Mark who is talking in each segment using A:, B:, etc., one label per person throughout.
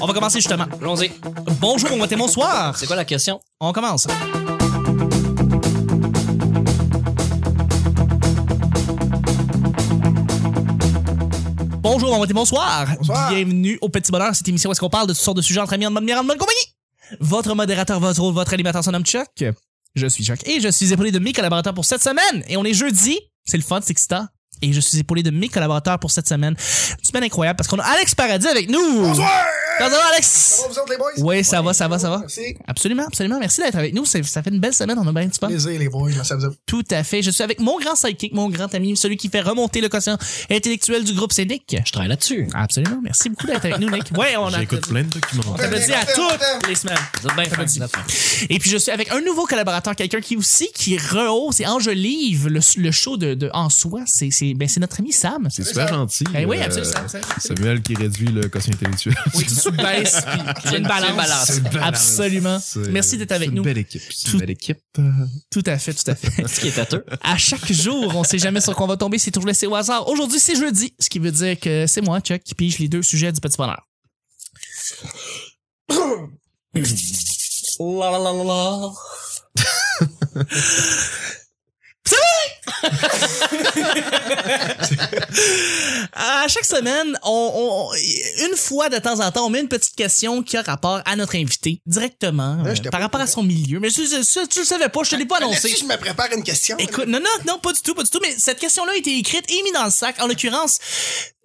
A: On va commencer justement.
B: Allons-y.
A: Bonjour, bon matin, bonsoir.
B: C'est quoi la question?
A: On commence. Bonjour, bon matin, bonsoir.
C: Bonsoir.
A: Bienvenue au Petit Bonheur, cette émission où est-ce qu'on parle de toutes sortes de sujets entre amis, en bonne manière, en bonne compagnie. Votre modérateur, votre rôle, votre animateur, son nom Chuck. Je suis Chuck et je suis épaulé de mes collaborateurs pour cette semaine. Et on est jeudi. C'est le fun, c'est excitant. Et je suis épaulé de mes collaborateurs pour cette semaine. Une semaine incroyable parce qu'on a Alex Paradis avec nous.
C: Bonsoir!
A: Comment ça va, Alex?
C: Ça va, vous autres, les boys?
A: Oui, ça va, ça va, ça va.
C: Merci.
A: Absolument, absolument. Merci d'être avec nous. C'est- Ça fait une belle semaine, on a bien du fun.
C: Plaisir, les boys. Merci à vous autres.
A: Tout à fait. Je suis avec mon grand sidekick, mon grand ami, celui qui fait remonter le quotient intellectuel du groupe, c'est Nick.
B: Je travaille là-dessus.
A: Absolument. Merci beaucoup d'être avec nous, Nick. Ouais, on a.
D: J'écoute plein de documents.
A: On t'applaudit à toutes les semaines.
B: Vous êtes bien fin, finalement.
A: Et puis je suis avec un nouveau collaborateur, quelqu'un qui aussi qui rehausse et enjolive le, le show de, de en soi. C'est c'est- ben, c'est notre ami Sam.
D: C'est super gentil.
A: Eh oui,
D: euh,
A: absolument. Sam, Sam, Sam.
D: Samuel qui réduit le quotient intellectuel.
A: Oui, tu te baisses, puis tu fais une
B: Tu fais une
A: balance.
B: balance.
D: C'est une belle
A: Absolument.
D: balance. C'est-
A: Merci d'être
D: c'est
A: avec nous.
D: Une belle équipe. C'est
A: Tout-
D: une belle équipe. euh,
A: Tout à fait, tout à fait.
B: Ce qui est tâteux.
A: À chaque jour, on sait jamais sur quoi on va tomber, c'est toujours laissé au hasard. Aujourd'hui, c'est jeudi, ce qui veut dire que c'est moi, Chuck, qui pige les deux sujets du petit bonheur. La la la la la. C'est bon! à chaque semaine, on, on- une fois de temps en temps, on met une petite question qui a rapport à notre invité directement,
C: Là,
A: euh,
C: j'étais
A: par
C: pas Ben,
A: rapport à son milieu. Mais ça, ça, tu le savais pas, je te l'ai pas annoncé.
C: Si je me prépare une question.
A: Écoute, non, non, non, pas du tout, pas du tout. Mais cette question-là a été écrite et mise dans le sac. En l'occurrence,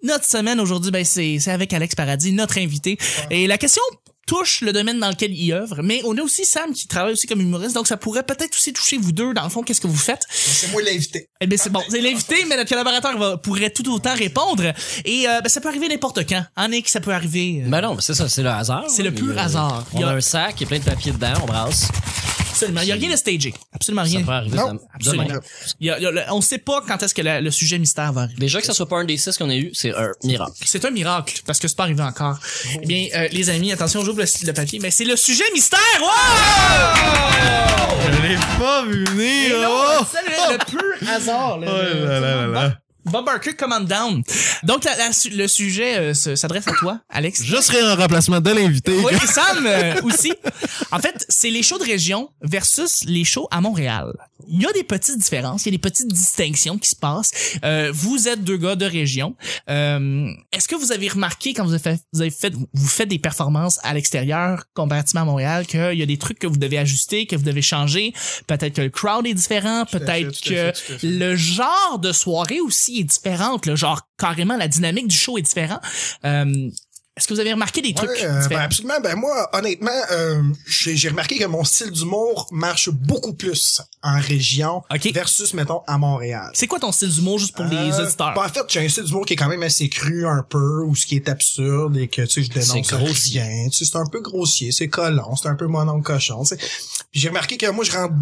A: notre semaine aujourd'hui, ben, c'est c'est avec Alex Paradis, notre invité. Et la question touche le domaine dans lequel il œuvre, mais on a aussi Sam qui travaille aussi comme humoriste, donc ça pourrait peut-être aussi toucher vous deux, dans le fond, qu'est-ce que vous faites.
C: C'est moi l'invité.
A: Eh bien, c'est bon, c'est l'invité, mais notre collaborateur va- pourrait tout autant répondre. Et euh, ben, ça peut arriver n'importe quand. En est que ça peut arriver... euh,
B: Ben non, c'est ça, c'est le hasard.
A: C'est le
B: Puis,
A: pur hasard. Il
B: On
A: y a-
B: a un sac, il y a plein de papiers dedans, on brasse.
A: absolument. Il n'y a rien de stagé. Absolument
B: Ça
A: rien.
B: peut arriver
C: Non,
B: demain.
A: Absolument.
B: Demain.
A: Il y a- il y a le- on ne sait pas quand est-ce que la- le sujet mystère va arriver.
B: Déjà que ça soit pas un des six qu'on a eu, c'est un miracle.
A: C'est un miracle parce que c'est pas arrivé encore.
D: Oh.
A: Eh bien, euh, les amis, attention, j'ouvre le, le papier, mais c'est le sujet mystère. Wow!
D: Je l'ai pas vu
A: Et
D: venir.
A: là,
D: Oh,
A: c'est le, le pur hasard. le-
D: Oh là là là là.
A: Bob Barker, command down. Donc, la- la su- le sujet euh, se- s'adresse à toi, Alex.
D: Je serai en remplacement de l'invité.
A: Oui, et Sam euh, aussi. En fait, c'est les shows de région versus les shows à Montréal. Il y a des petites différences, il y a des petites distinctions qui se passent. Euh, vous êtes deux gars de région. Euh, Est-ce que vous avez remarqué quand vous avez fait, vous avez fait, vous faites des performances à l'extérieur comparativement à Montréal qu'il y a des trucs que vous devez ajuster, que vous devez changer. Peut-être que le crowd est différent,
C: à fait,
A: peut-être
C: tout à fait,
A: que
C: tout à fait.
A: le genre de soirée aussi est différente. Le genre carrément la dynamique du show est différente. Euh, Est-ce que vous avez remarqué des trucs
C: Ouais, euh, ben
A: différents?
C: absolument. Ben moi, honnêtement, euh, j'ai j'ai remarqué que mon style d'humour marche beaucoup plus en région
A: Ok.
C: versus, mettons, à Montréal.
A: C'est quoi ton style d'humour juste pour les
C: Euh,
A: auditeurs?
C: ben, en fait, j'ai un style d'humour qui est quand même assez cru un peu, ou ce qui est absurde, et que, tu sais, je dénonce
B: C'est grossier.
C: rien. Tu sais, c'est un peu grossier, c'est collant, c'est un peu mon oncle cochon, tu sais. Puis j'ai remarqué que moi, je rentre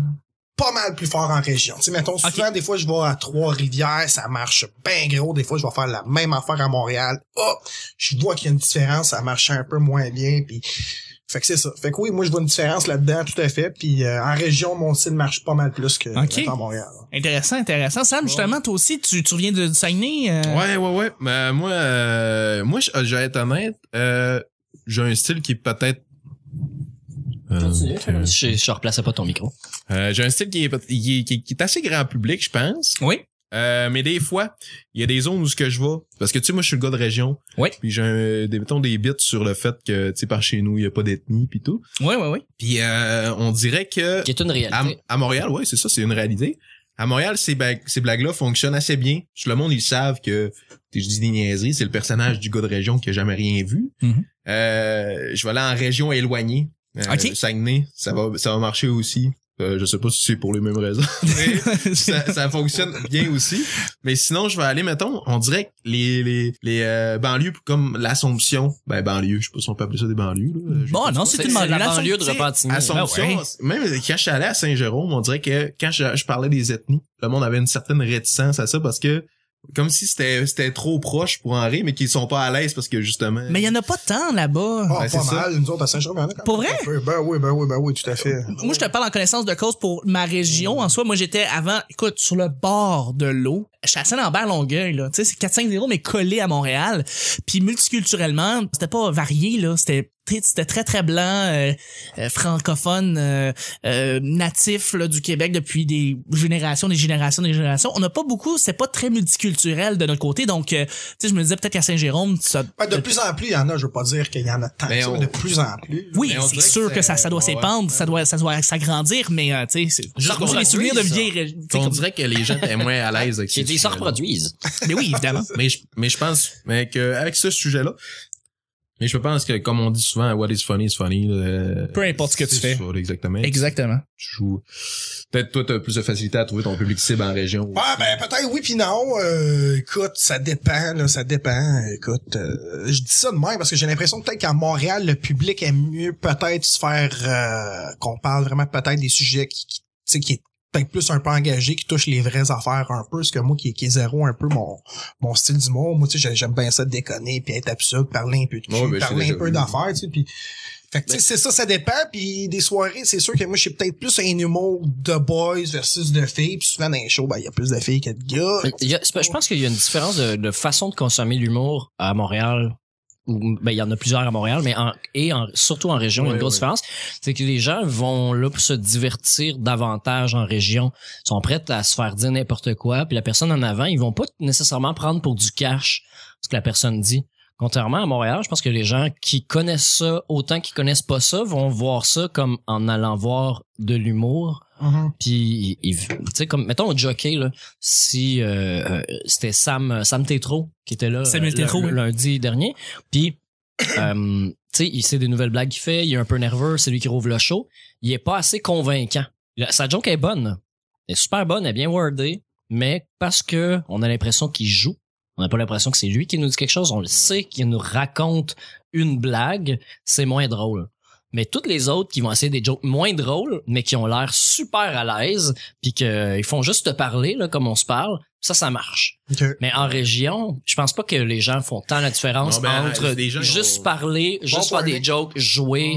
C: pas mal plus fort en région. Tu sais, mettons, souvent, des fois, je vais à Trois-Rivières, ça marche bien gros. Des fois, je vais faire la même affaire à Montréal. Oh! Je vois qu'il y a une différence, ça marche un peu moins bien, puis... Fait que c'est ça. Fait que oui, moi, je vois une différence là-dedans, tout à fait. Puis euh, en région, mon style marche pas mal plus que
A: Ok.
C: mettons, à Montréal.
A: Intéressant, intéressant. Sam, justement, toi aussi, tu, tu viens de, du Saguenay. euh,
D: Ouais, ouais, ouais. Mais moi, euh, moi, je, je vais être honnête. euh, j'ai un style qui est peut-être. Euh, euh,
B: Je, je replaçais pas ton micro.
D: euh, j'ai un style qui est, peut- qui, est- qui est- qui est assez grand public, je pense.
A: Oui.
D: Euh, mais des fois, il y a des zones où ce que je vais, parce que tu sais, moi, je suis le gars de région.
A: Ouais.
D: Puis j'ai un- des, mettons, des bits sur le fait que, tu sais, par chez nous, il y a pas d'ethnie puis tout.
A: Ouais, ouais, ouais.
D: Puis euh, on dirait que
B: Qui est une
D: à,
B: réalité.
D: à Montréal, ouais, c'est ça, c'est une réalité. À Montréal, ces, ba- ces blagues-là fonctionnent assez bien. Tout le monde, ils savent que je dis des niaiseries, c'est le personnage du gars de région qui a jamais rien vu.
A: Mhm.
D: Euh, je vais aller en région éloignée. Euh,
A: Ok.
D: Saguenay, ça va, ça va marcher aussi. Euh, je sais pas si c'est pour les mêmes raisons. Mais ça, ça fonctionne bien aussi. Mais sinon, je vais aller, mettons, on dirait que les, les, les euh, banlieues comme l'Assomption. Ben, banlieue, je sais pas si on peut appeler ça des banlieues. Là. Je-
A: Bon, non, c'est une
B: la
A: banlieue. La
B: banlieue de
D: tu sais,
B: Repentigny.
D: Assomption,
A: Ah ouais.
D: même quand je suis allé à Saint-Jérôme, on dirait que quand je, je parlais des ethnies, le monde avait une certaine réticence à ça parce que Comme si c'était c'était trop proche pour en rire, mais qu'ils sont pas à l'aise parce que justement.
A: Mais il y en a pas tant là-bas.
C: Ah,
D: Ouais, c'est
C: pas
D: ça.
C: mal. Nous autres, à Saint-Germain, il y en a quand
A: Pour
C: même
A: vrai?
C: un peu. Ben oui, ben oui, ben oui, tout à fait.
A: Moi, je te parle en connaissance de cause pour ma région. En soi, moi, j'étais avant, écoute, sur le bord de l'eau. J'étais à Saint-Lambert-Longueuil, là. Tu sais, c'est 4-5-0, mais collé à Montréal. Puis multiculturellement, c'était pas varié, là. C'était tu sais, c'était très très blanc euh, euh, francophone euh, euh, natif là, du Québec depuis des générations des générations des générations on n'a pas beaucoup c'est pas très multiculturel de notre côté donc euh, tu sais je me disais peut-être qu'à Saint-Jérôme ça
C: Ben, de plus en plus, il y en a. Je veux pas dire qu'il y en a tant que
D: Mais
C: ça,
D: on-
C: mais de plus en plus.
A: oui
D: Mais on
A: c'est
D: dirait que
A: sûr que,
D: c'est-
A: ça ça doit
D: ouais,
A: s'épandre ça doit ça doit s'agrandir mais euh, tu sais c'est genre
D: Juste
A: les
D: reproduire
A: souvenirs de
D: ça.
A: vieilles ré- tu sais,
D: On
A: comme-
D: dirait que les gens étaient moins à l'aise avec
B: J'ai
D: ces
B: dit, ils se
D: sujets-là.
B: reproduisent.
A: mais oui évidemment
D: Mais je, mais je pense mais que avec ce sujet-là, mais je pense que comme on dit souvent, what is funny is funny. là,
A: Peu importe ce que tu
D: c'est
A: fais.
D: ça, exactement.
A: Exactement.
D: Tu joues. Peut-être toi, t'as plus de facilité à trouver ton public cible en région.
C: Ah ben peut-être oui puis non. Euh, écoute, ça dépend, là, ça dépend. Écoute, euh, je dis ça de même parce que j'ai l'impression que peut-être qu'à Montréal, le public aime mieux peut-être se faire euh, qu'on parle vraiment peut-être des sujets qui, qui, tu sais, qui est peut-être plus un peu engagé, qui touchent les vraies affaires un peu. Parce que moi qui, qui est zéro un peu mon, mon style d'humour, moi tu sais, j'ai- j'aime bien ça déconner, puis être absurde, parler un peu de cul,
D: Ouais, ben, c'est
C: parler un
D: déjà
C: peu
D: vu.
C: d'affaires, tu sais, puis fait que, tu sais, c'est ça, ça dépend. Puis des soirées, c'est sûr que moi, je suis peut-être plus un humour de boys versus de filles. Puis souvent, dans les shows, ben, il y a plus de filles que de gars.
B: Il y a- c'est pas- je pense qu'il y a une différence de, de façon de consommer l'humour à Montréal. ou- Ben, il y en a plusieurs à Montréal, mais en, et en- surtout en région, il y a une
D: Ouais,
B: grosse
D: ouais.
B: différence. C'est que les gens vont là pour se divertir davantage en région. Ils sont prêts à se faire dire n'importe quoi. Puis la personne en avant, ils vont pas nécessairement prendre pour du cash ce que la personne dit. Contrairement à Montréal, je pense que les gens qui connaissent ça autant qu'ils connaissent pas ça vont voir ça comme en allant voir de l'humour puis il- il- tu sais comme mettons au jockey là si euh, euh, c'était Sam Sam Tétro qui était là
A: Samuel
B: euh,
A: Tétrault,
B: le-
A: oui.
B: lundi dernier puis euh, tu sais il sait des nouvelles blagues qu'il fait il est un peu nerveux c'est lui qui rouvre le show il est pas assez convaincant Là, sa joke est bonne elle est super bonne elle est bien wordée mais parce que on a l'impression qu'il joue on n'a pas l'impression que c'est lui qui nous dit quelque chose on le sait qu'il nous raconte une blague c'est moins drôle mais toutes les autres qui vont essayer des jokes moins drôles, mais qui ont l'air super à l'aise, puis qu'ils font juste te parler, là, comme on se parle, ça, ça marche.
C: Ok.
B: Mais en région, je pense pas que les gens font tant la différence
D: Non, ben,
B: entre
D: les gens, ils
B: juste
D: ont-
B: parler, juste faire
C: point.
B: des jokes, jouer.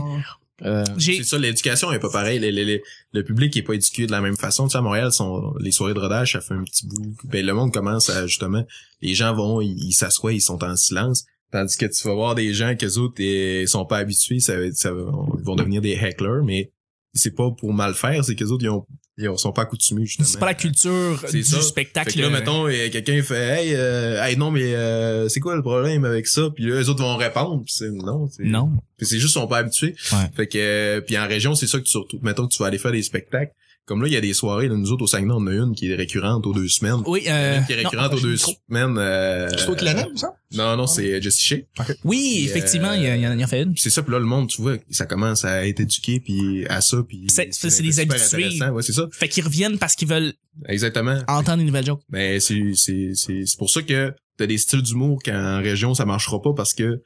B: euh,
A: J'ai
D: C'est ça, l'éducation est pas pareille. Le, le- le- le public est pas éduqué de la même façon. Tu sais, à Montréal, sont, les soirées de rodage, ça fait un petit bout. Ben, le monde commence à, justement, les gens vont, ils ils s'assoient, ils sont en silence. Tandis que tu vas voir des gens que autres eh, sont pas habitués, ça, va être- ça, va- ils vont devenir des hecklers, mais c'est pas pour mal faire, c'est que autres, ils ont, ils ont- sont pas accoutumés, justement.
A: c'est pas la culture
D: C'est
A: du
D: ça.
A: spectacle. euh,
D: Fait que là, mettons, eh, quelqu'un fait, hey, euh, hey, non, mais, euh, c'est quoi le problème avec ça? Puis là, eux autres vont répondre, puis c'est, non, c'est-
A: non.
D: Puis c'est juste qu'ils sont pas habitués.
A: Ouais.
D: Fait que euh, puis en région, c'est ça que tu retrouves. Mettons que tu vas aller faire des spectacles. Comme là, il y a des soirées, là, nous autres au Saguenay, on a une qui est récurrente aux deux semaines.
A: Oui, euh,
D: Une qui est
A: non,
D: récurrente aux deux semaines. euh,
C: C'est toi qui Ah. l'anime, ça?
D: Non, non, c'est euh, Jesse Shea.
A: oui, effectivement,
D: euh,
A: il y, a- il y en a- il y en fait une.
D: Puis c'est ça, puis là, le monde, tu vois, ça commence à être éduqué, puis à ça, puis...
A: C'est- c'est des
D: super
A: habitués.
D: intéressant. Ouais, c'est ça,
A: Fait qu'ils reviennent parce qu'ils veulent
D: exactement.
A: entendre une nouvelle joke.
D: Ben, c'est, c'est, c'est, c'est pour ça que t'as des styles d'humour qu'en région, ça marchera pas parce que,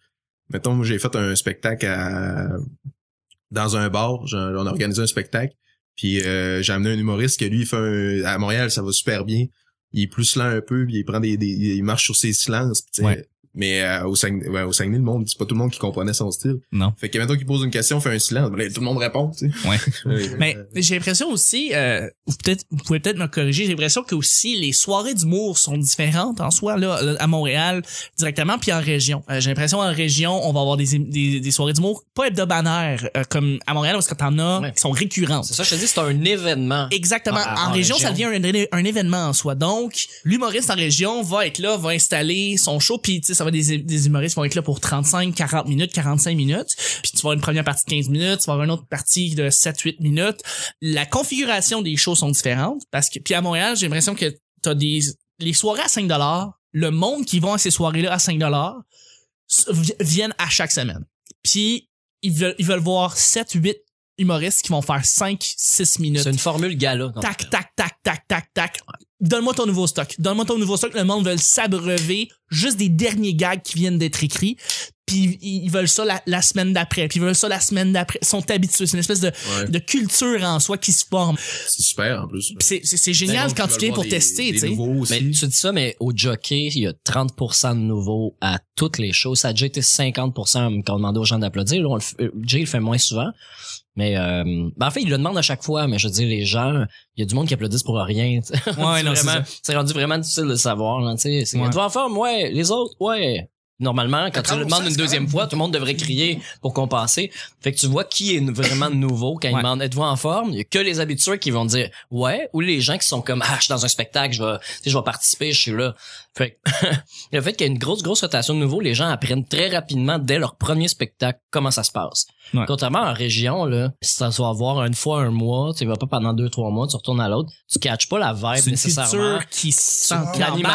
D: mettons, moi, j'ai fait un spectacle à, dans un bar, j'ai- on a organisé un spectacle, puis euh, j'ai amené un humoriste que lui, il fait un- à Montréal, ça va super bien. Il est plus lent un peu, puis il prend des, des- il marche sur ses silences, puis tu sais,
A: Ouais.
D: Mais euh, au, Saguenay, ouais, au Saguenay, le monde, c'est pas tout le monde qui comprenait son style.
A: Non.
D: Fait que mettons qu'il pose une question, on fait un silence, ben là, tout le monde répond, tu sais.
A: Ouais.
D: Ouais.
A: Mais j'ai l'impression aussi, euh, vous peut-être, vous pouvez peut-être me corriger, j'ai l'impression que aussi les soirées d'humour sont différentes en soi là euh, à Montréal directement puis en région. Euh, j'ai l'impression en région on va avoir des des, des soirées d'humour pas hebdomadaires euh, comme à Montréal parce que t'en as
B: Ouais.
A: qui sont récurrentes.
B: c'est ça, je te dis, c'est un événement.
A: Exactement.
B: Ah,
A: en,
B: en
A: région, ça
B: région.
A: devient un, un événement en soi. Donc, l'humoriste en région va être là, va installer son show, puis tu sais, ça va des, des humoristes vont être là pour 35, 40 minutes, 45 minutes, puis tu vas avoir une première partie de 15 minutes, tu vas avoir une autre partie de 7, 8 minutes. La configuration des shows sont différentes parce que puis à Montréal, j'ai l'impression que t'as des les soirées à 5 dollars, le monde qui vont à ces soirées-là à 5 dollars s- vi- viennent à chaque semaine. Puis ils veulent, ils veulent voir 7 8 humoristes qui vont faire 5 6 minutes
B: C'est une formule gala. donc.
A: tac, tac, tac, tac, tac, tac. Donne-moi ton nouveau stock. Donne-moi ton nouveau stock. Le monde veut s'abreuver juste des derniers gags qui viennent d'être écrits. Puis ils ils veulent ça la, la semaine d'après. Puis ils veulent ça la semaine d'après. Ils sont habitués. C'est une espèce de,
D: Ouais.
A: de culture en soi qui se forme. Puis
D: C'est super en plus. Ben,
A: c'est- C'est c'est génial
D: Donc,
A: quand
D: vas
A: tu viens
D: voir
A: pour
D: des-
A: tester,
D: des
A: tu sais.
D: nouveaux
B: Mais
D: aussi.
B: tu dis ça, mais au jockey, il y a 30% de nouveaux à toutes les choses. Ça a déjà été 50% quand on demandait aux gens d'applaudir. Là, on le fait- euh, Jay le fait moins souvent. Mais euh, ben, en fait, il le demande à chaque fois. Mais je veux dire, les gens, il y a du monde qui applaudissent pour rien. tu sais.
A: Ouais, non, c'est
B: Vraiment, c'est rendu vraiment difficile de savoir. Là, tu sais. c'est,
A: Ouais.
B: Tu vas en forme, ouais. Les autres, ouais. Normalement, quand tu le
C: 40%,
B: demandes une
C: c'est
B: deuxième
C: quand
B: fois, tout le monde devrait crier pour compenser. Fait que tu vois qui est vraiment nouveau quand ils
A: Ouais.
B: demandent êtes-vous en forme. Il y a que les habitués qui vont dire ouais ou les gens qui sont comme ah je suis dans un spectacle, je vais tu sais, je vais participer, je suis là. Fait que le fait qu'il y a une grosse, grosse rotation de nouveau, les gens apprennent très rapidement dès leur premier spectacle comment ça se passe.
A: Ouais.
B: Contrairement en région, là, si ça se va voir une fois un mois, tu y vas pas pendant deux, trois mois, tu retournes à l'autre, tu catches pas la vibe
A: C'est une
B: nécessairement.
A: culture qui sent
C: L'anima-
A: qui
B: L'anima-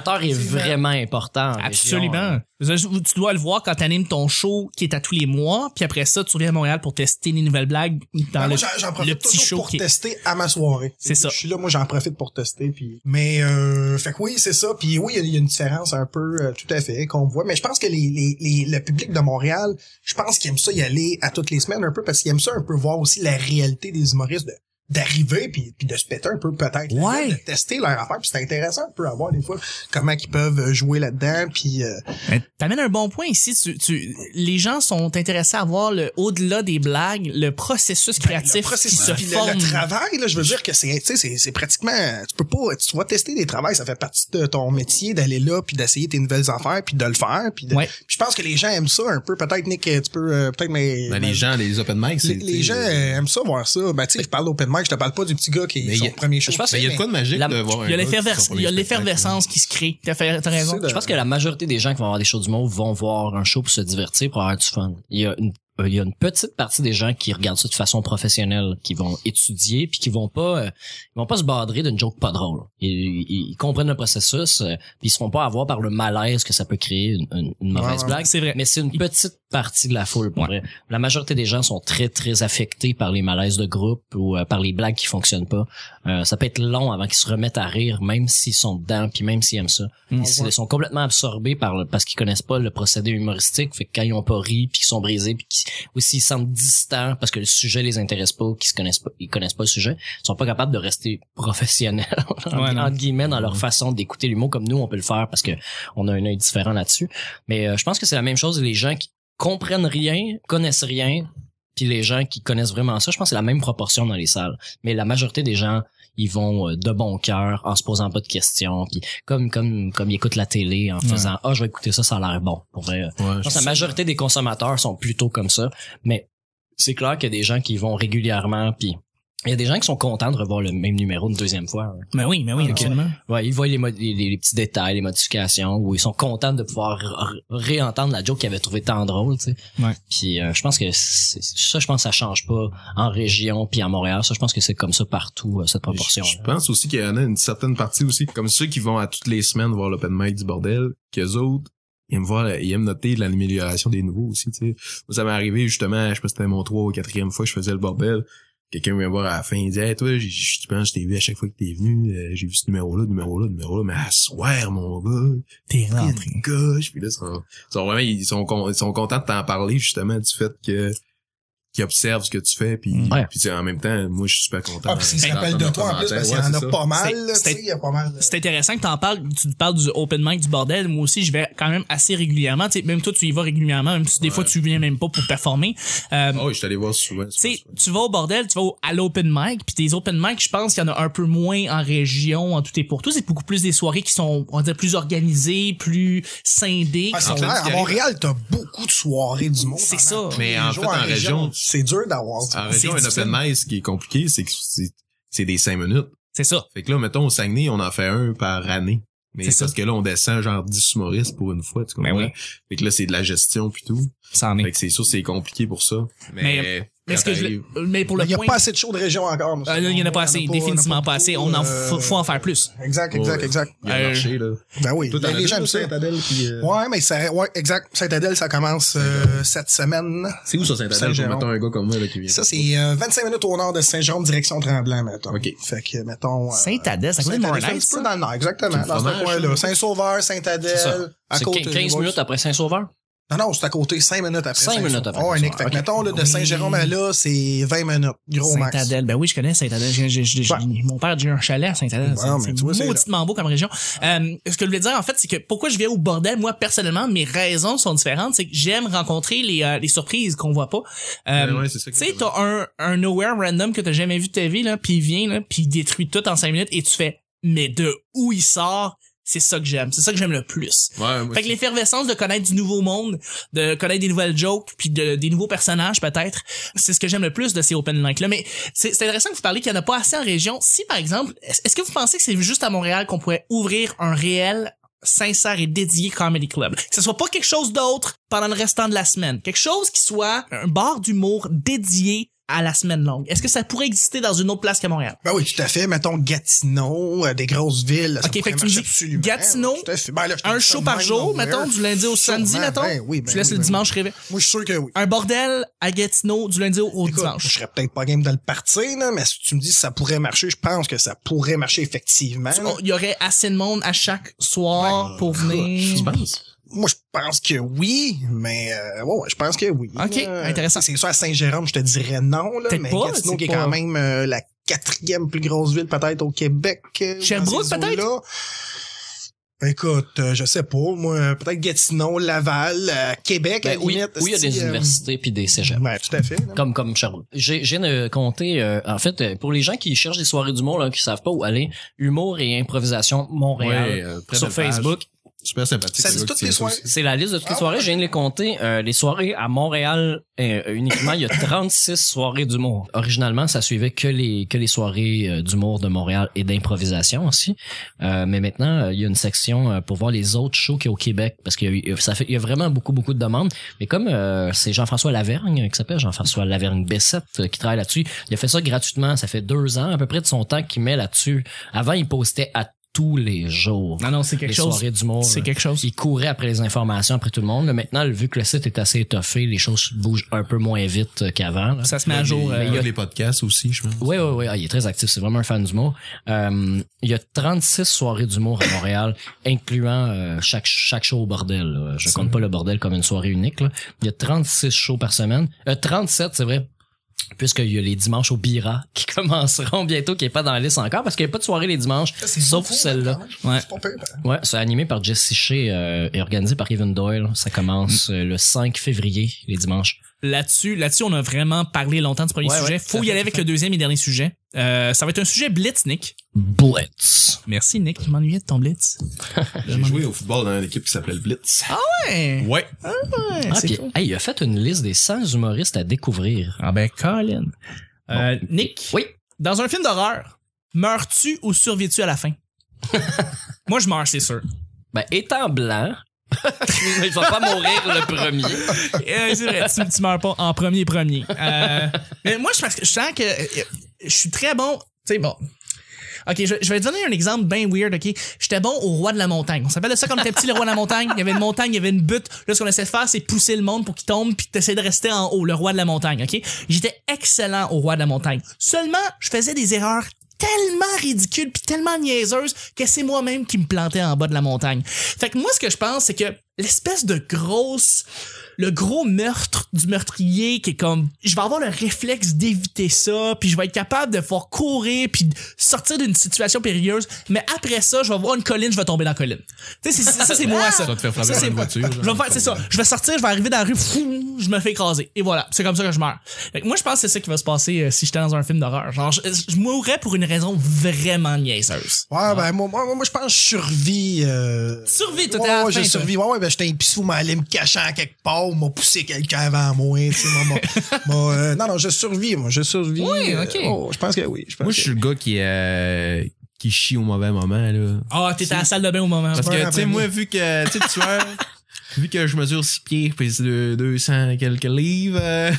A: embarque.
B: L'animateur est
C: Absolument.
B: vraiment important. en région, hein.
A: Absolument. Je veux dire, Tu dois le voir quand t'animes ton show qui est à tous les mois, puis après ça, tu reviens à Montréal pour tester les nouvelles blagues dans
C: Ben,
A: le...
C: moi, j'en- j'en profite
A: le petit
C: toujours
A: show
C: pour
A: qui est-
C: tester à ma soirée.
A: C'est ça.
C: Je suis là, moi, j'en profite pour tester. Puis, mais euh, fait que oui, c'est ça. Puis oui, il y a- il y, a une différence un peu, euh, tout à fait, qu'on voit. Mais je pense que les, les, les- le public de Montréal, je pense qu'il aime ça y aller à toutes les semaines un peu parce qu'il aime ça un peu voir aussi la réalité des humoristes de- d'arriver puis, puis de se péter un peu peut-être la
A: Ouais.
C: gueule, de tester leur affaire puis c'est intéressant un peu à voir des fois comment ils peuvent jouer là-dedans puis euh,
A: Mais T'amènes un bon point ici. Tu, tu, les gens sont intéressés à voir le au-delà des blagues, le processus créatif
C: Ben, Le processus,
A: qui se
C: puis le-
A: forme.
C: Le, travail, là, je veux dire que c'est, tu sais, c'est, c'est pratiquement, tu peux pas, tu vas tester des travails, ça fait partie de ton métier d'aller là, puis d'essayer tes nouvelles affaires, puis de le faire, puis de-
A: Ouais.
C: puis je pense que les gens aiment ça un peu, peut-être Nick, tu peux, euh, peut-être mais.
D: Ben, les gens, les open mic, c'est.
C: les, les gens euh, aiment ça voir ça. Ben, tu sais, je parle d'open mic, je te parle pas du petit gars qui
D: Mais
C: est
D: il
C: son
D: y a-
C: premier show.
B: je pense
D: Mais Ben, il y a de quoi de magique
B: La-
D: de voir
A: Il y a
D: un gars qui
A: l'effervescence,
D: sort
A: il y a
D: les hein.
A: l'effervescence qui se crée. T'as fait- t'as raison.
C: C'est de-
B: Je pense que la majorité des gens qui vont avoir des shows du monde vont voir un show pour se divertir, pour avoir du fun. Il y a une euh, il y a une petite partie des gens qui regardent ça de façon professionnelle, qui vont étudier, puis qui vont pas, euh, ils vont pas se badrer d'une joke pas drôle. Ils, ils- ils comprennent le processus, euh, puis ils se font pas avoir par le malaise que ça peut créer une, une- une mauvaise
C: Ouais, ouais.
B: blague.
A: C'est vrai.
B: Mais c'est une petite partie de la foule. Pour vrai. La majorité des gens sont très très affectés par les malaises de groupe ou euh, par les blagues qui fonctionnent pas. Euh, ça peut être long avant qu'ils se remettent à rire, même s'ils sont dedans, puis même s'ils aiment ça.
A: Mm.
B: Ils, ils sont complètement absorbés par le, parce qu'ils connaissent pas le procédé humoristique. Fait que quand ils ont pas ri, puis qu'ils sont brisés, puis qu'ils- ou s'ils se sentent distants parce que le sujet les intéresse pas, qu'ils se connaissent pas, ils connaissent pas le sujet, ils sont pas capables de rester professionnels entre,
A: Ouais, non. Mm.
B: entre guillemets dans leur façon d'écouter l'humour comme nous on peut le faire parce que on a un œil différent là-dessus. Mais euh, je pense que c'est la même chose les gens qui comprennent rien, connaissent rien, puis les gens qui connaissent vraiment ça, je pense que c'est la même proportion dans les salles. Mais la majorité des gens ils vont euh, de bon cœur en se posant pas de questions puis comme comme comme ils écoutent la télé en
A: Ouais.
B: faisant ah je vais écouter ça ça a l'air bon pour vrai euh,
D: Ouais,
B: je pense que la majorité des consommateurs sont plutôt comme ça, mais c'est clair qu'il y a des gens qui vont régulièrement, puis il y a des gens qui sont contents de revoir le même numéro une deuxième fois. hein.
A: Mais oui, mais oui, absolument.
B: Ouais, ils voient les, mo- les, les- les petits détails, les modifications, ou ils sont contents de pouvoir r- réentendre la joke qu'ils avaient trouvé tant drôle, tu sais.
A: Ouais.
B: Puis euh, je pense que c'est- ça, je pense que ça change pas en région puis à Montréal. Ça, je pense que c'est comme ça partout euh, cette proportion.
D: Je, je pense aussi qu'il y en a une certaine partie aussi, comme ceux qui vont à toutes les semaines voir l'open mic du bordel, qu'eux autres, ils aiment voir, ils aiment noter l'amélioration des nouveaux aussi, tu sais. Moi, ça m'est arrivé justement, je sais pas si c'était mon 3 ou quatrième fois que je faisais le bordel. Quelqu'un vient me voir à la fin, il dit, hey, toi, j'ai- je pense, je t'ai vu à chaque fois que t'es venu, euh, j'ai vu ce numéro-là, numéro-là, numéro-là, mais à soir, mon gars,
A: T'es rentré.
D: une gauche, puis là, ils sont, ils sont vraiment, ils sont, con- ils sont contents de t'en parler, justement, du fait que, qu'ils observent ce que tu fais, puis,
B: Ouais.
D: puis tu sais, en même temps, moi, je suis super content.
C: Ah, puis s'ils se rappellent de toi en plus, parce qu'il y en a pas mal,
A: C'est-
C: là, tu
A: c'est-
C: sais, il y a pas mal. de-
A: C'est intéressant que t'en parles, tu parles du open mic du bordel. Moi aussi, je vais quand même assez régulièrement. Tu sais, même toi, tu y vas régulièrement, même si des
D: Ouais.
A: fois, tu viens même pas pour performer. Euh,
D: Oh, je suis allé voir souvent. souvent,
A: tu sais,
D: souvent.
A: tu vas au bordel, tu vas au- à l'open mic, puis des open mic, je pense qu'il y en a un peu moins en région, en tout et pour tout. C'est beaucoup plus des soirées qui sont, on va dire, plus organisées, plus scindées.
C: Ah,
A: qui
C: c'est
A: sont-
D: fait,
C: clair.
D: ce qui
C: à
D: arrive-
C: Montréal, t'as beaucoup de soirées du monde.
A: C'est
C: pendant
A: ça.
C: tous les
D: Mais en
C: jours
D: fait, en région,
C: c'est dur d'avoir. du
D: En région,
A: c'est
D: un open mic, ce qui est compliqué, c'est que c'est, c'est des cinq minutes.
A: C'est ça.
D: Fait que là, mettons, au Saguenay, on en fait un par année. Mais
A: C'est
D: c'est parce que là, on descend genre 10 humoristes pour une fois, tu comprends?
A: Ben oui.
D: Fait que là, c'est de la gestion puis tout.
A: Ça en
D: Fait que c'est sûr, c'est compliqué pour ça. Mais,
A: Mais, ce que je-
D: t'arrives.
A: mais pour
C: Il
A: le
C: n'y a
A: point.
C: pas assez de show de région encore. monsieur.
A: Euh, là, il n'y en a pas assez,
C: il y en
A: définitivement pas assez.
C: beaucoup,
A: On en
C: euh,
A: faut, faut en faire plus.
C: Exact, exact,
D: Ouais.
C: exact.
D: Il y a
A: Euh,
D: un marché, là.
C: Ben oui,
D: Toi, t'en
C: les-
D: as
C: les
D: deux,
C: gens aiment ça.
D: Saint-Adèle, puis, euh,
C: Ouais, mais ça, ouais, exact. Saint-Adèle, ça commence euh, cette semaine.
D: C'est où ça, Saint-Adèle, pour
C: Saint-Jérôme.
D: mettons un gars comme moi, là, qui vient?
C: Ça, c'est euh, 25 minutes au nord de Saint-Jean, direction Tremblant, mettons.
D: OK.
C: Fait que, mettons... euh,
A: Saint-Adèle, ça coûte
C: Saint-Adèle,
A: moins
C: c'est un petit peu dans le nord,
D: C'est
C: exactement.
D: le
C: Dans
D: fromage,
C: ce
D: là.
C: coin-là. Saint-Sauveur,
B: C'est ça.
C: Saint-Adèle, à
B: C'est
C: côté...
B: 15
C: ouais,
B: minutes après Saint-Sauveur.
C: Non, non, c'est à côté, 5 minutes après.
B: Cinq minutes après
C: Ouais,
B: Saint-Sauveur,
C: Nick. Fait que,
B: ok.
C: mettons, là, de Saint-Jérôme à là, c'est 20 minutes, gros max.
A: Saint-Adèle, ben oui, je connais Saint-Adèle. J'ai- j'ai- j'ai- j'ai- Mon père, j'ai un chalet à Saint-Adèle.
C: Bon, mais
A: c'est
C: tu vois, c'est
A: c'est
C: là.
A: mauditement beau comme région. Euh, ce que je voulais dire, en fait, c'est que pourquoi je vais au bordel, moi, personnellement, mes raisons sont différentes. C'est que j'aime rencontrer les, euh, les surprises qu'on voit pas. Euh,
D: Ben Ouais, ouais, c'est ça que
A: tu sais,
D: t'as-
A: t'as un, un nowhere random que t'as jamais vu de ta vie, là, puis il vient, là, puis il détruit tout en 5 minutes et tu fais, mais de où il sort, c'est ça que j'aime. C'est ça que j'aime le plus.
D: Ouais, moi
A: Fait que
D: aussi.
A: l'effervescence de connaître du nouveau monde, de connaître des nouvelles jokes, puis de, des nouveaux personnages peut-être, c'est ce que j'aime le plus de ces open mic là. Mais c'est c'est intéressant que vous parliez qu'il n'y en a pas assez en région. Si par exemple, est- est-ce que vous pensez que c'est juste à Montréal qu'on pourrait ouvrir un réel sincère et dédié comedy club. Que ce soit pas quelque chose d'autre pendant le restant de la semaine. Quelque chose qui soit un bar d'humour dédié à la semaine longue. Est-ce que ça pourrait exister dans une autre place qu'à Montréal?
C: Ben oui, tout à fait. Mettons Gatineau, euh, des grosses villes.
A: Ok, fait que tu me dis
C: dis
A: Gatineau, Un show par jour, mettons, du lundi au samedi, mettons.
C: Ben oui, ben
A: tu laisses
C: oui,
A: le
C: ben
A: dimanche rêver.
C: oui. Moi, je suis sûr que oui.
A: un bordel à Gatineau du lundi au, au
C: Écoute, Je
A: dimanche.
C: serais peut-être pas game de le partir, là, mais si tu me dis que ça pourrait marcher, je pense que ça pourrait marcher
B: Ah
C: effectivement. là.
A: On- Il y aurait assez de monde à chaque soir pour
D: Tu
A: venir.
D: penses?
C: Moi, je pense que oui, mais euh, ouais, ouais, je pense que oui.
A: Ok,
C: Euh,
A: intéressant.
C: C'est sûr, à Saint-Jérôme, je te dirais non, là,
A: Peut-être
C: mais
A: pas,
C: Gatineau,
A: c'est
C: qui est
A: pas-
C: quand même euh, la quatrième plus grosse ville peut-être au Québec. euh, dans
A: Sherbrooke,
C: ces
A: peut-être?
C: eaux-là. Écoute, euh, je sais pas, moi, euh, peut-être Gatineau, Laval, euh, Québec, à
B: Ben
C: la
B: oui,
C: limite,
B: oui, il y a
C: si,
B: des
C: euh,
B: universités puis des cégeps.
C: Ouais, tout à fait. là.
B: Comme, comme Sherbrooke. J'ai, j'ai euh, compté, euh, en fait, euh, pour les gens qui cherchent des soirées d'humour, là, qui savent pas où aller, Humour et Improvisation Montréal,
D: Ouais, euh, près de
B: sur
D: la page.
B: Facebook.
D: Super sympathique.
C: Ça
D: le
C: dit
D: gars
C: toutes
D: qui
C: les
D: tient ça
C: soirées.
D: aussi.
B: C'est la liste de toutes les
C: Ah
B: soirées. Je viens de les compter. Euh, les soirées à Montréal, euh, euh, uniquement, il y a 36 soirées d'humour. Originalement, ça suivait que les, que les soirées euh, d'humour de Montréal et d'improvisation aussi. Euh, mais maintenant, euh, il y a une section euh, pour voir les autres shows qu'il y a au Québec. Parce qu'il y, a eu- euh, ça fait- il y a vraiment beaucoup, beaucoup de demandes. Mais comme euh, c'est Jean-François Lavergne euh, qui s'appelle, Jean-François Lavergne-Bessette euh, qui travaille là-dessus, il a fait ça gratuitement. Ça fait deux ans à peu près de son temps qu'il met là-dessus. Avant, il postait à tous les jours.
A: Non, non, c'est
B: les
A: quelque chose.
B: soirées d'humour.
A: C'est
B: là.
A: quelque chose.
B: Il courait après les informations, après tout le monde. Là, maintenant, vu que le site est assez étoffé, les choses bougent un peu moins vite euh, qu'avant. là.
A: Ça se met à jour. euh,
D: Il y a les podcasts aussi, je pense.
B: Oui, oui, oui. Ah, il est très actif. C'est vraiment un fan d'humour. Euh, il y a 36 soirées d'humour à Montréal, incluant euh, chaque, chaque show au bordel. là. Je compte pas le bordel comme une soirée unique. là. Il y a 36 shows par semaine. Euh, 37, c'est vrai. Puisqu'il y a les dimanches au Bira qui commenceront bientôt, qui est pas dans la liste encore, parce qu'il n'y a pas de soirée les dimanches,
C: Ça, c'est
B: sauf
C: beaucoup,
B: celle-là.
C: quand même.
A: Ouais.
C: C'est pas pire, hein.
B: Ouais, c'est animé par Jesse Shea euh, et organisé par Kevin Doyle. Ça commence euh, le 5 février, les dimanches.
A: Là-dessus, là-dessus, on a vraiment parlé longtemps du premier
B: Ouais,
A: sujet.
B: ouais,
A: Faut
B: tout à
A: y
B: fait,
A: aller
B: tout
A: avec
B: à fait.
A: le deuxième et dernier sujet. Euh, ça va être un sujet blitz, Nick.
B: Blitz.
A: Merci, Nick. Je m'ennuyais de ton blitz.
D: J'ai joué au football dans une équipe qui s'appelait le Blitz.
A: Ah, Ouais.
D: Ouais.
A: ouais,
B: Ah,
A: c'est
B: puis,
A: cool.
B: hey, il a fait une liste des 100 humoristes à découvrir.
A: Ah ben, Colin. Euh, Nick.
B: Oui.
A: Dans un film d'horreur, meurs-tu ou survis-tu à la fin? Moi, je meurs, c'est sûr.
B: Ben, étant blanc, il va pas mourir le premier.
A: Euh, c'est vrai, tu, tu meurs pas en premier premier. Euh, mais moi, je, parce que je sens que euh, je suis très bon. Tu sais, bon. Ok, je, je vais te donner un exemple bien weird, ok? J'étais bon au roi de la montagne. On s'appelle de ça quand on était petit, le roi de la montagne. Il y avait une montagne, il y avait une butte. Là, ce qu'on essaie de faire, c'est pousser le monde pour qu'il tombe, puis t'essaies de rester en haut, le roi de la montagne, ok? J'étais excellent au roi de la montagne. Seulement, je faisais des erreurs tellement ridicules puis tellement niaiseuses que c'est moi-même qui me plantais en bas de la montagne. Fait que moi, ce que je pense, c'est que l'espèce de grosse le gros meurtre du meurtrier qui est comme je vais avoir le réflexe d'éviter ça puis je vais être capable de pouvoir courir puis de sortir d'une situation périlleuse mais après ça je vais voir une colline je vais tomber dans la colline tu sais c'est- c'est- ça c'est moi ça
D: Ça va te faire frapper
A: Ça,
D: par
A: c'est
D: une
A: moi.
D: voiture.
A: je vais faire c'est ça je vais sortir je vais arriver dans la rue fou, je me fais écraser et voilà c'est comme ça que je meurs Fait que moi je pense que c'est ça qui va se passer euh, si j'étais dans un film d'horreur genre je, je mourrais pour une raison vraiment niaiseuse
C: Ouais, ben moi, moi, moi je pense que je survis. Euh...
A: Survie, toi,
C: ouais,
A: t'es à la
C: ouais,
A: fin,
C: j'ai
A: toi.
C: survis. Ouais, ouais, ben j'étais un pissou, mais allé me cacher en quelque part, m'a poussé quelqu'un avant moi, tu sais, moi, moi, moi, euh, Non, non, je survis, moi, je survis.
A: Oui,
C: Euh,
A: ok.
C: oh, je pense que oui. Je pense
D: Moi,
C: que-
D: je suis le gars qui, euh, qui chie au mauvais moment, là.
A: ah t'étais à la salle de bain au moment
D: Parce
C: meurs
D: que, tu
C: après
D: sais,
C: nous.
D: moi, vu que, tu sais, le tueur, vu que je mesure 6 pieds puis c'est de 200 quelques livres, euh,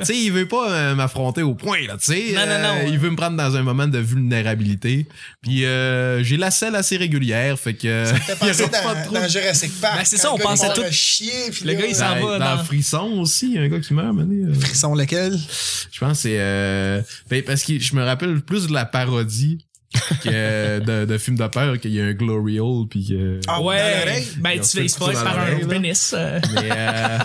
D: tu sais, il veut pas euh, m'affronter au point, là, tu sais.
A: Non, non, non,
D: Euh,
A: ouais.
D: Il veut me prendre dans un moment de vulnérabilité. Puis euh, j'ai la selle assez régulière, fait que...
C: T'as
D: il y
C: pensé
D: aura pas de
C: dans,
D: trou.
C: dans Jurassic Park.
A: Ben, c'est
C: quand
A: ça, on
C: le gars,
A: pensait
C: il part
A: tout.
C: à Chier, puis
A: Le
C: là,
A: gars, il s'en
D: Dans,
A: va
D: dans
A: dans-
D: Frisson aussi, il y a un gars qui meurt, à un moment donné, euh.
C: Ils sont lequel?
A: Ah,
D: Je pense que c'est euh, ben, parce que je me rappelle plus de la parodie que de, de films de peur qu'il y a un glory hole puis que-
C: Ah Dans
A: Ouais,
C: l'oreille?
D: Ils
A: ben
D: ont
A: tu
D: fait
A: fais spoil
D: ça dans
A: par un
D: l'oreille, là.
A: pénis. euh.
D: mais euh,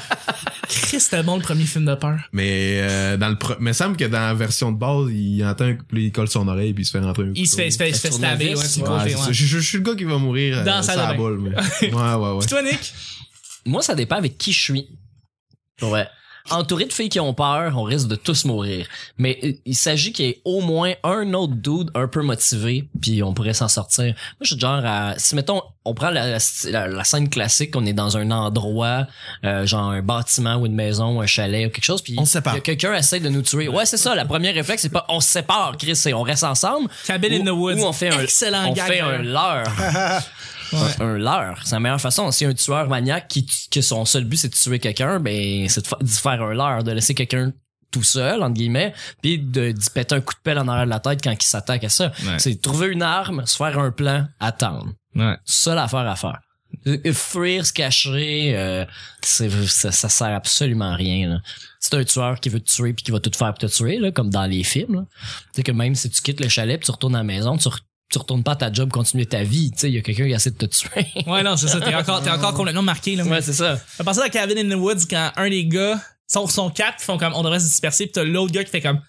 A: Christ, c'était bon le premier film de peur.
D: mais euh, dans le pro- mais semble que dans la version de base il entend un- puis il colle son oreille puis il se fait rentrer un
A: Il se fait, il se fait, il se fait
B: Ça tourne la
A: stabber,
B: vis,
A: ouais, sur le
D: Ouais,
A: côté,
D: c'est ça.
A: ouais.
D: je, je- je suis le gars qui va mourir euh,
A: Dans la
D: sur
A: salle
D: la
A: de bain.
D: boule mais ouais ouais ouais
A: Puis toi, Nick?
B: Moi, ça dépend avec qui je suis. Ouais. Entouré de filles qui ont peur, on risque de tous mourir. Mais euh, il s'agit qu'il y ait au moins un autre dude un peu motivé, puis on pourrait s'en sortir. Moi, je suis du genre à... Si, mettons, on prend la, la- la scène classique, on est dans un endroit, euh, genre un bâtiment ou une maison ou un chalet ou quelque chose, puis
D: On se sépare.
B: il y a quelqu'un essaie de nous tuer. Ouais, c'est ça. La première réflexe, c'est pas on se sépare, Chris, c'est on reste ensemble.
A: Cabin in
B: Ou-
A: the Woods.
B: ou on fait un-
A: Excellent
B: on
A: gag,
B: fait un
A: d'ailleurs.
B: leurre. Un- un leurre. C'est la meilleure façon. Si un tueur maniaque qui, tue- que son seul but c'est de tuer quelqu'un, ben c'est de, fa- d'y faire un leurre, de laisser quelqu'un tout seul, entre guillemets, puis de d'y péter un coup de pelle en arrière de la tête quand il s'attaque à ça.
A: Ouais.
B: C'est trouver une arme, se faire un plan, attendre.
A: Ouais.
B: Seule affaire à faire. Euh, Fuir, se cacher, euh, c'est- ça, ça sert absolument à rien. Là. C'est un tueur qui veut te tuer puis qui va tout faire pour te tuer, là, comme dans les films. là. Tu sais que même si tu quittes le chalet puis tu retournes à la maison, tu, re- tu retournes pas à ta job, continuer ta vie. Tu sais, il y a quelqu'un qui essaie de te tuer.
A: Ouais, non, c'est ça. T'es encore, t'es encore complètement marqué, là.
B: Ouais, c'est ça.
A: Ça passe à Cabin in the Woods quand un des gars sont, sont quatre qui font comme on devrait se disperser pis t'as l'autre gars qui fait comme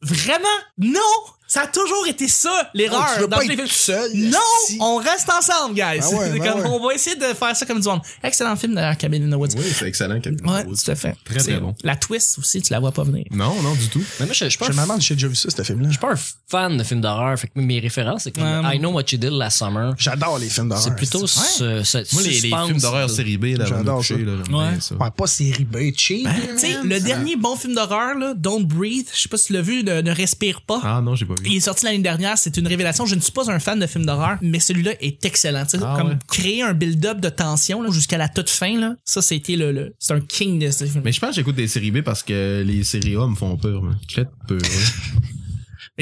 A: Vraiment? Non! Ça a toujours été ça, l'erreur.
C: tu veux
A: dans
C: pas
A: tous les
C: être tout
A: films.
C: seul.
A: Non!
C: esti.
A: On reste ensemble, guys!
C: Ah ouais,
A: C'est
C: ah
A: comme,
C: ouais.
A: On va essayer de faire ça comme du monde. Excellent film d'ailleurs, Cabin in the Woods.
D: oui c'est excellent Kevin.
A: Ouais, tout à fait.
D: Très, très
A: C'est-
D: bon.
A: La twist aussi, tu la vois pas venir.
D: non non du tout
B: Mais moi, je, je suis pas
C: Je me
B: un-
C: demande si j'ai déjà vu ça, ce film-là.
B: je suis pas un fan de films d'horreur. Fait que mes références, c'est comme
A: Ouais.
B: I Know What You Did Last Summer.
C: J'adore les films d'horreur.
B: C'est plutôt ce, ce
D: moi les, les
B: suspense
D: films
B: de-
D: d'horreur série B là,
C: J'adore
D: vont me toucher,
C: ça.
D: là, j'aime bien
A: Ouais.
D: ça.
C: Ouais, pas série B, cheap.
A: Ben, Tu sais, le dernier bon film d'horreur, là, Don't Breathe, je sais pas si tu l'as vu, ne, ne respire pas.
D: ah non j'ai pas
A: Il
D: vu
A: est sorti l'année dernière, c'est une révélation. Je ne suis pas un fan de films d'horreur, mais celui-là est excellent. Tu sais,
D: Ah
A: comme
D: ouais.
A: créer un build-up de tension là, jusqu'à la toute fin, là, ça c'était le, le c'est un king de ce film. Mais,
D: mais je pense que j'écoute des séries B parce que les séries A me font peur man. je fais peur hein.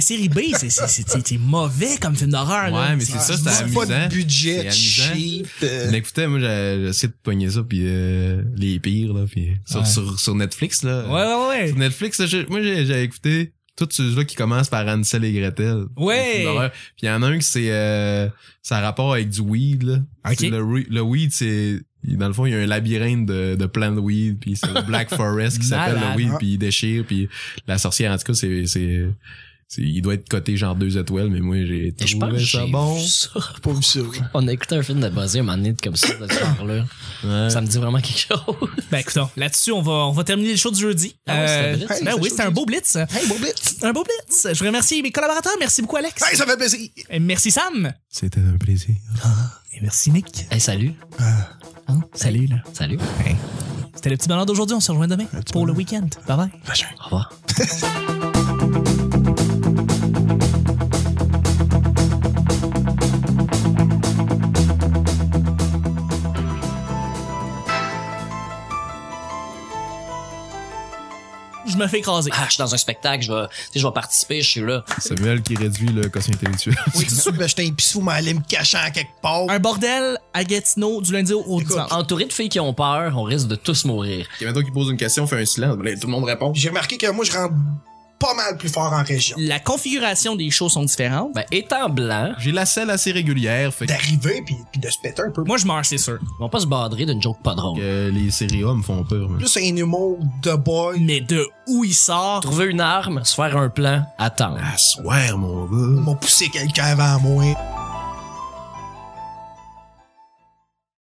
A: série B, c'est c'est- c'est- c'est- c'est mauvais comme film d'horreur. là.
D: Ouais, mais c'est ça, c'est
C: Pas
D: amusant.
C: de budget,
D: C'est amusant.
C: cheap. euh,
D: Mais écoutez, moi, j'ai- j'essaie de pogner ça, puis euh, les pires, là, puis sur,
A: Ouais.
D: sur, sur Netflix, là.
A: Ouais, ouais, ouais.
D: Sur Netflix, là, j'ai- moi, j'ai j'ai écouté tous ceux-là qui commencent par Ansel et Gretel.
A: Ouais.
D: C'est une horreur. Puis il y en a un qui c'est, euh, ça a rapport avec du weed, là.
A: Ok.
D: C'est Le, re- le weed, c'est, dans le fond, il y a un labyrinthe de, de plants de weed, puis c'est le Black Forest qui s'appelle le
A: Malade.
D: weed, puis il déchire, puis la sorcière, en tout cas, c'est, c'est, c'est- il doit être coté genre deux étoiles, mais moi, j'ai
B: Et Je pense que
D: trouvé
B: j'ai
D: ça
B: vu
D: bon.
B: ça.
C: Pas vu ça, oui.
B: On a écouté un film de Buzzy un moment donné, comme ça, de ce genre-là.
D: Ouais.
B: Ça me dit vraiment quelque chose.
A: Ben écoutons, là-dessus, on va, on va terminer le show du jeudi.
B: Ah ouais, c'était un blitz.
A: ben
C: Hey,
A: oui,
C: c'est
A: c'était un beau blitz.
C: Hey, Bobit!
A: Un beau blitz. Je remercie mes collaborateurs. Merci beaucoup, Alex.
C: Hey, ça fait plaisir!
A: Et merci, Sam.
D: C'était un plaisir.
A: Et merci, Nick.
B: Hey, salut.
A: Hein? Salut, là.
B: Salut.
A: C'était le petit ballon d'aujourd'hui. On se rejoint demain pour le week-end. Bye bye.
B: Au revoir.
A: Je me fais écraser.
B: Ah, je suis dans un spectacle, je vais, tu sais, je vais participer, je suis là.
D: Samuel qui réduit le quotient intellectuel.
C: Oui, tout ça, ben, j'étais un pissou, mais allé me cacher en quelque part.
A: Un bordel à Gatineau du lundi au
C: Écoute,
A: dimanche.
B: Entouré de filles qui ont peur, on risque de tous mourir.
D: Et maintenant qu'il pose une question, fait un silence. Là, tout le monde répond.
C: J'ai remarqué que moi, je rentre pas mal plus fort en région.
A: La configuration des shows sont différentes.
B: Ben, étant blanc,
D: J'ai la selle assez régulière, fait que
C: D'arriver puis, puis de se péter un peu.
A: Moi, je meurs, c'est sûr.
B: ils vont pas se badrer d'une joke pas drôle.
D: euh, les séries A me font peur. man.
C: Plus un humour de boy.
A: Mais de où il sort,
B: Trouver une arme, se faire un plan, attendre.
D: À soir, mon gars.
C: Ils m'ont poussé quelqu'un avant moi.